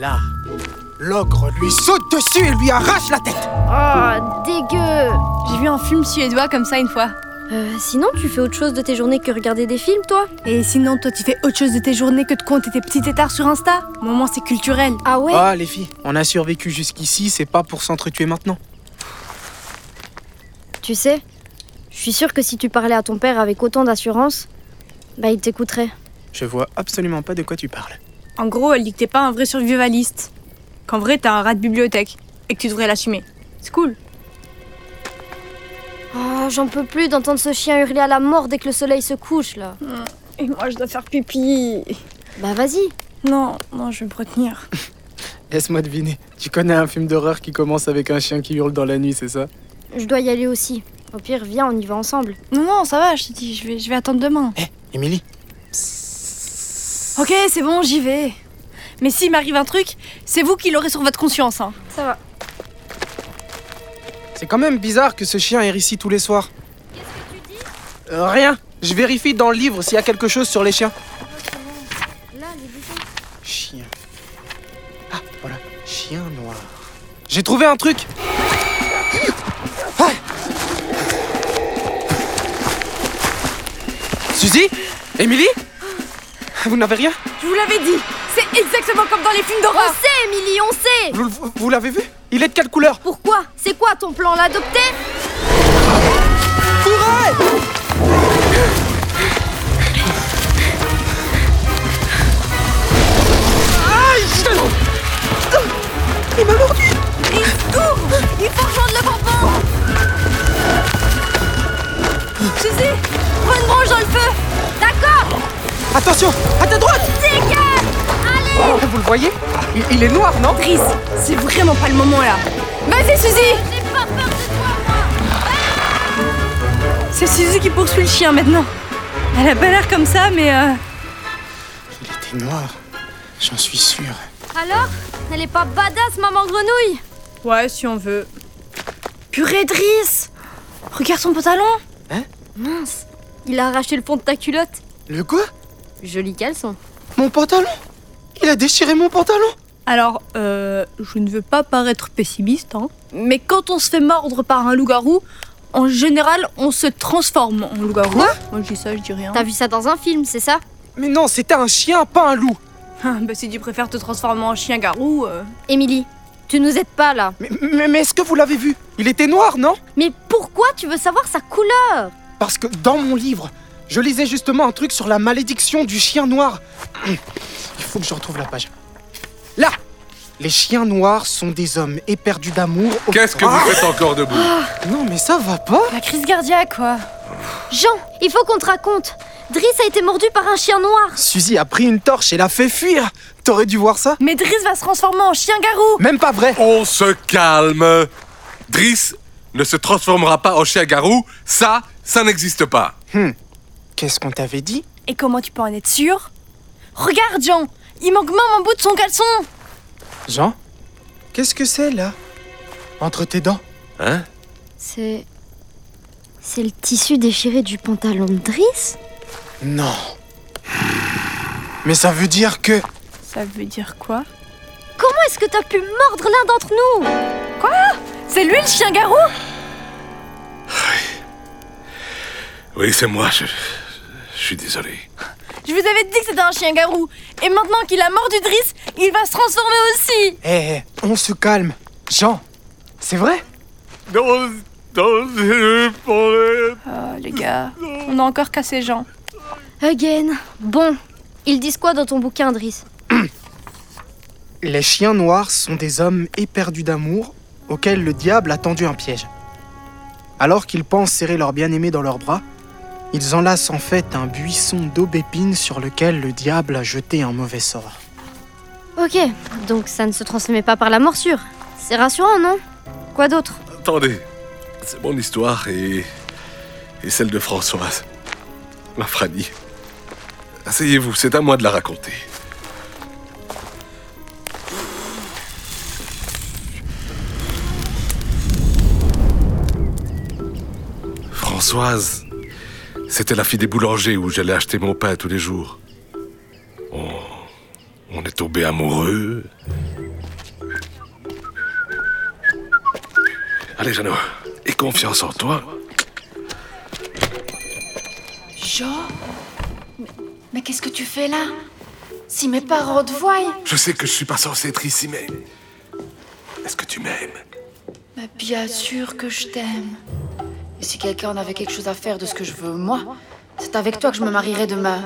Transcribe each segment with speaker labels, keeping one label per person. Speaker 1: là, l'ogre lui saute dessus et lui arrache la tête.
Speaker 2: Oh, dégueu
Speaker 3: J'ai vu un film suédois comme ça une fois.
Speaker 2: Euh, Sinon, tu fais autre chose de tes journées que regarder des films, toi
Speaker 3: Et sinon, toi, tu fais autre chose de tes journées que de compter tes petits tétards sur Insta Maman, c'est culturel.
Speaker 2: Ah ouais
Speaker 1: Ah, les filles, on a survécu jusqu'ici, c'est pas pour s'entretuer maintenant.
Speaker 2: Tu sais, je suis sûre que si tu parlais à ton père avec autant d'assurance, bah il t'écouterait.
Speaker 1: Je vois absolument pas de quoi tu parles.
Speaker 3: En gros, elle dit que t'es pas un vrai survivaliste. Qu'en vrai, t'es un rat de bibliothèque. Et que tu devrais l'assumer. C'est cool.
Speaker 2: Oh, j'en peux plus d'entendre ce chien hurler à la mort dès que le soleil se couche, là.
Speaker 3: Et moi, je dois faire pipi.
Speaker 2: Bah vas-y.
Speaker 3: Non, non, je vais me retenir.
Speaker 1: Laisse-moi deviner, tu connais un film d'horreur qui commence avec un chien qui hurle dans la nuit, c'est ça
Speaker 2: Je dois y aller aussi. Au pire, viens, on y va ensemble.
Speaker 3: Non, non, ça va, je t'ai dit, je vais, je vais attendre demain.
Speaker 1: Hé, Eh, Émilie
Speaker 3: Ok, c'est bon, j'y vais. Mais s'il m'arrive un truc, c'est vous qui l'aurez sur votre conscience. Hein.
Speaker 2: Ça va.
Speaker 1: C'est quand même bizarre que ce chien erre ici tous les soirs. Qu'est-ce que tu dis Rien. Je vérifie dans le livre s'il y a quelque chose sur les chiens.
Speaker 2: Là, les bouchons.
Speaker 1: Chien. Ah, voilà. Chien noir. J'ai trouvé un truc Ah Suzy Émilie Vous n'avez rien
Speaker 3: Je vous l'avais dit, c'est exactement comme dans les films
Speaker 2: On
Speaker 3: d'horreur.
Speaker 2: sait, Émilie, on sait
Speaker 1: Vous, vous l'avez vu Il est de quelle couleur
Speaker 2: Pourquoi C'est quoi ton plan, l'adopter
Speaker 3: Il faut rejoindre le pompon Suzy, prends une branche dans le feu
Speaker 2: D'accord
Speaker 1: Attention À ta droite Vous le voyez il, il est noir, non
Speaker 3: Chris, c'est vraiment pas le moment là. Vas-y Suzy
Speaker 2: J'ai pas peur de toi
Speaker 3: C'est Suzy qui poursuit le chien maintenant. Elle a pas l'air comme ça, mais... euh,
Speaker 1: Il était noir. J'en suis sûr.
Speaker 2: Alors Elle est pas badass, maman grenouille
Speaker 3: Ouais, si on veut. Purée, Driss Regarde son pantalon
Speaker 2: Mince Il a arraché le fond de ta culotte.
Speaker 1: Le quoi
Speaker 2: Joli caleçon.
Speaker 1: Mon pantalon Il a déchiré mon pantalon
Speaker 3: Alors, euh, je ne veux pas paraître pessimiste, hein, mais quand on se fait mordre par un loup-garou, en général, on se transforme en loup-garou.
Speaker 1: Quoi
Speaker 3: Moi, je dis ça, je dis rien.
Speaker 2: T'as vu ça dans un film, c'est ça
Speaker 1: Mais non, c'était un chien, pas un loup
Speaker 3: bah, si tu préfères te transformer en chien-garou... euh,
Speaker 2: Émilie, tu nous aides pas là.
Speaker 1: Mais, mais, mais est-ce que vous l'avez vu Il était noir, non
Speaker 2: Mais pourquoi tu veux savoir sa couleur
Speaker 1: Parce que dans mon livre, je lisais justement un truc sur la malédiction du chien noir. Il faut que je retrouve la page. Là Les chiens noirs sont des hommes éperdus d'amour. au-
Speaker 4: Qu'est-ce que vous faites encore debout
Speaker 1: Ah, Non, mais ça va pas
Speaker 3: La crise cardiaque, quoi
Speaker 2: Jean, il faut qu'on te raconte. Driss a été mordu par un chien noir.
Speaker 1: Suzy a pris une torche et l'a fait fuir T'aurais dû voir ça
Speaker 3: Mais Driss va se transformer en chien-garou
Speaker 1: Même pas vrai
Speaker 4: On se calme. Driss ne se transformera pas en chien-garou. Ça, ça n'existe pas.
Speaker 1: Qu'est-ce qu'on t'avait dit
Speaker 3: Et comment tu peux en être sûr Regarde, Jean Il manque même un bout de son caleçon
Speaker 1: Jean Qu'est-ce que c'est là Entre tes dents
Speaker 4: Hein
Speaker 2: C'est. C'est le tissu déchiré du pantalon de Driss
Speaker 1: Non Mais ça veut dire que.
Speaker 3: Ça veut dire quoi
Speaker 2: Comment est-ce que t'as pu mordre l'un d'entre nous
Speaker 3: C'est lui, le chien-garou
Speaker 4: Oui, c'est moi. Je, je suis désolé.
Speaker 3: Je vous avais dit que c'était un chien-garou Et maintenant qu'il a mordu Driss, il va se transformer aussi
Speaker 1: Eh, eh, on se calme Jean C'est vrai
Speaker 4: Non, non, je
Speaker 3: Oh, les gars, on a encore cassé Jean.
Speaker 2: Again. Bon, ils disent quoi dans ton bouquin, Driss
Speaker 1: Les chiens noirs sont des hommes éperdus d'amour auxquels le diable a tendu un piège. Alors qu'ils pensent serrer leur bien-aimé dans leurs bras, ils enlacent en fait un buisson d'aubépine sur lequel le diable a jeté un mauvais sort.
Speaker 2: Ok, donc ça ne se transmet pas par la morsure. C'est rassurant, non Quoi d'autre
Speaker 4: Attendez, c'est mon histoire et, et celle de Françoise, ma Franny. Asseyez-vous, c'est à moi de la raconter. Françoise, c'était la fille des boulangers où j'allais acheter mon pain tous les jours. On, on est tombés amoureux, Allez, Jeannot, et confiance en toi.
Speaker 5: Jo Mais, mais qu'est-ce que tu fais là Si mes parents te voient
Speaker 4: Je sais que je suis pas censé être ici, mais. Est-ce que tu m'aimes
Speaker 5: Mais bah, bien sûr que je t'aime. Et si quelqu'un en avait quelque chose à faire de ce que je veux, moi, c'est avec toi que je me marierai demain.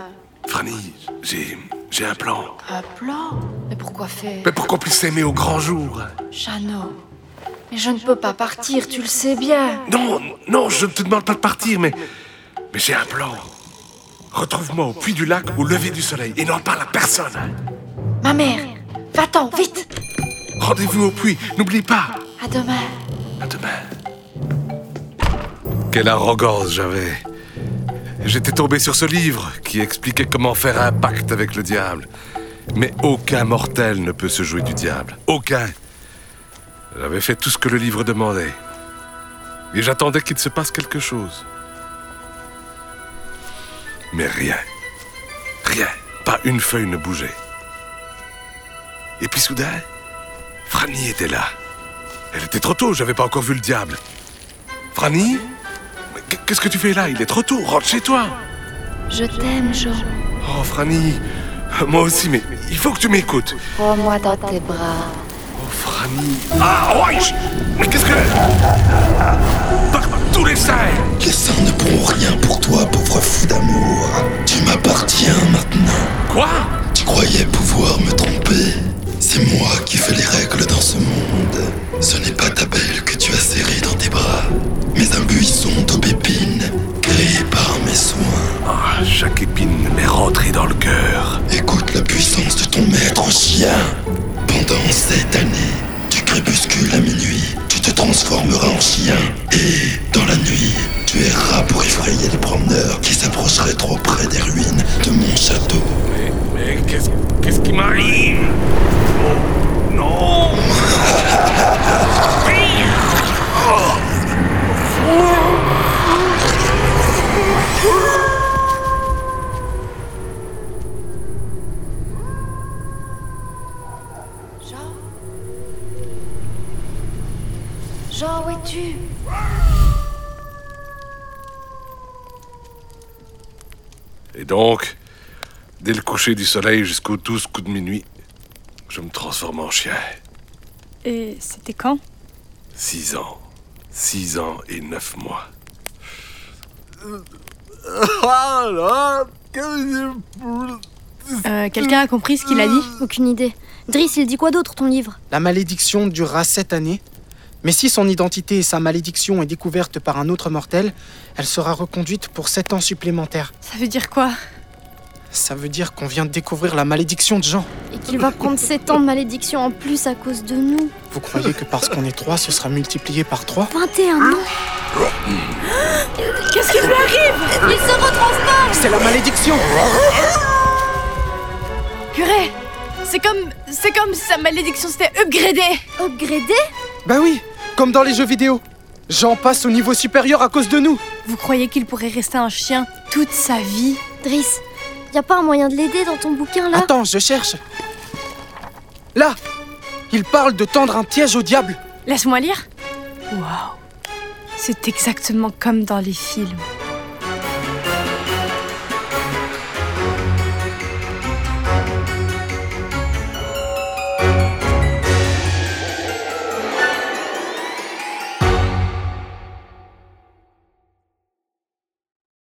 Speaker 4: Franny, j'ai. j'ai un plan.
Speaker 5: Un plan Mais pourquoi faire
Speaker 4: Mais pour qu'on puisse s'aimer au grand jour.
Speaker 5: Jeannot, mais je ne peux pas partir, tu le sais bien.
Speaker 4: Non, non, je ne te demande pas de partir, mais. Mais j'ai un plan. Retrouve-moi au puits du lac au lever du soleil et n'en parle à personne.
Speaker 5: Ma mère, va-t'en, vite
Speaker 4: Rendez-vous au puits, n'oublie pas.
Speaker 5: À demain.
Speaker 4: À demain. Quelle arrogance j'avais. J'étais tombé sur ce livre qui expliquait comment faire un pacte avec le diable. Mais aucun mortel ne peut se jouer du diable. Aucun. J'avais fait tout ce que le livre demandait. Et j'attendais qu'il se passe quelque chose. Mais rien. Rien. Pas une feuille ne bougeait. Et puis soudain, Franny était là. Elle était trop tôt, j'avais pas encore vu le diable. Franny Mais qu- Qu'est-ce que tu fais là Il est trop tôt, rentre chez toi
Speaker 5: Je t'aime, Jo.
Speaker 4: Oh Franny Moi aussi, mais il faut que tu m'écoutes
Speaker 5: Prends-moi dans tes bras.
Speaker 4: Oh Franny Ah ouais je- Mais qu'est-ce que... Par par tous les seins
Speaker 6: Les seins ne pourront rien pour toi, pauvre fou d'amour. Tu m'appartiens maintenant.
Speaker 4: Quoi
Speaker 6: Tu croyais pouvoir me tromper. C'est moi qui fais les règles dans ce monde. Ce n'est pas ta belle que tu as serrée dans tes bras, mais un buisson d'aubépine créé par mes soins.
Speaker 4: Ah, Chaque épine m'est rentrée dans le cœur.
Speaker 6: Écoute la puissance de ton maître chien. Pendant cette année, du crépuscule à minuit, tu te transformeras en chien. Et dans la nuit, tu erras pour effrayer les promeneurs qui s'approcheraient trop près des ruines de mon château.
Speaker 4: Mais, mais qu'est-ce qu'est-ce qui m'arrive Oh, Non
Speaker 5: Jean Jean, où es-tu
Speaker 4: Et donc, dès le coucher du soleil jusqu'au douze coups de minuit, je me transforme en chien.
Speaker 3: Et c'était quand
Speaker 4: Six ans. Six ans et neuf mois.
Speaker 3: euh, Quelqu'un a compris ce qu'il a dit
Speaker 2: Aucune idée. Driss, il dit quoi d'autre ton livre
Speaker 1: La malédiction durera sept années, mais si son identité et sa malédiction est découverte par un autre mortel, elle sera reconduite pour sept ans supplémentaires.
Speaker 3: Ça veut dire quoi
Speaker 1: Ça veut dire qu'on vient de découvrir la malédiction de Jean.
Speaker 2: Et qu'il va prendre 7 ans de malédiction en plus à cause de nous.
Speaker 1: Vous croyez que parce qu'on est trois, ce sera multiplié par trois
Speaker 2: 21 ans
Speaker 3: Qu'est-ce qu'il fait
Speaker 1: C'est la malédiction
Speaker 3: Purée C'est comme. C'est comme si sa malédiction s'était upgradée
Speaker 2: Upgradé
Speaker 1: Bah oui, comme dans les jeux vidéo. Jean passe au niveau supérieur à cause de nous.
Speaker 3: Vous croyez qu'il pourrait rester un chien toute sa vie
Speaker 2: Driss, y a pas un moyen de l'aider dans ton bouquin là
Speaker 1: Attends, je cherche. Là, il parle de tendre un piège au diable.
Speaker 3: Laisse-moi lire Waouh C'est exactement comme dans les films.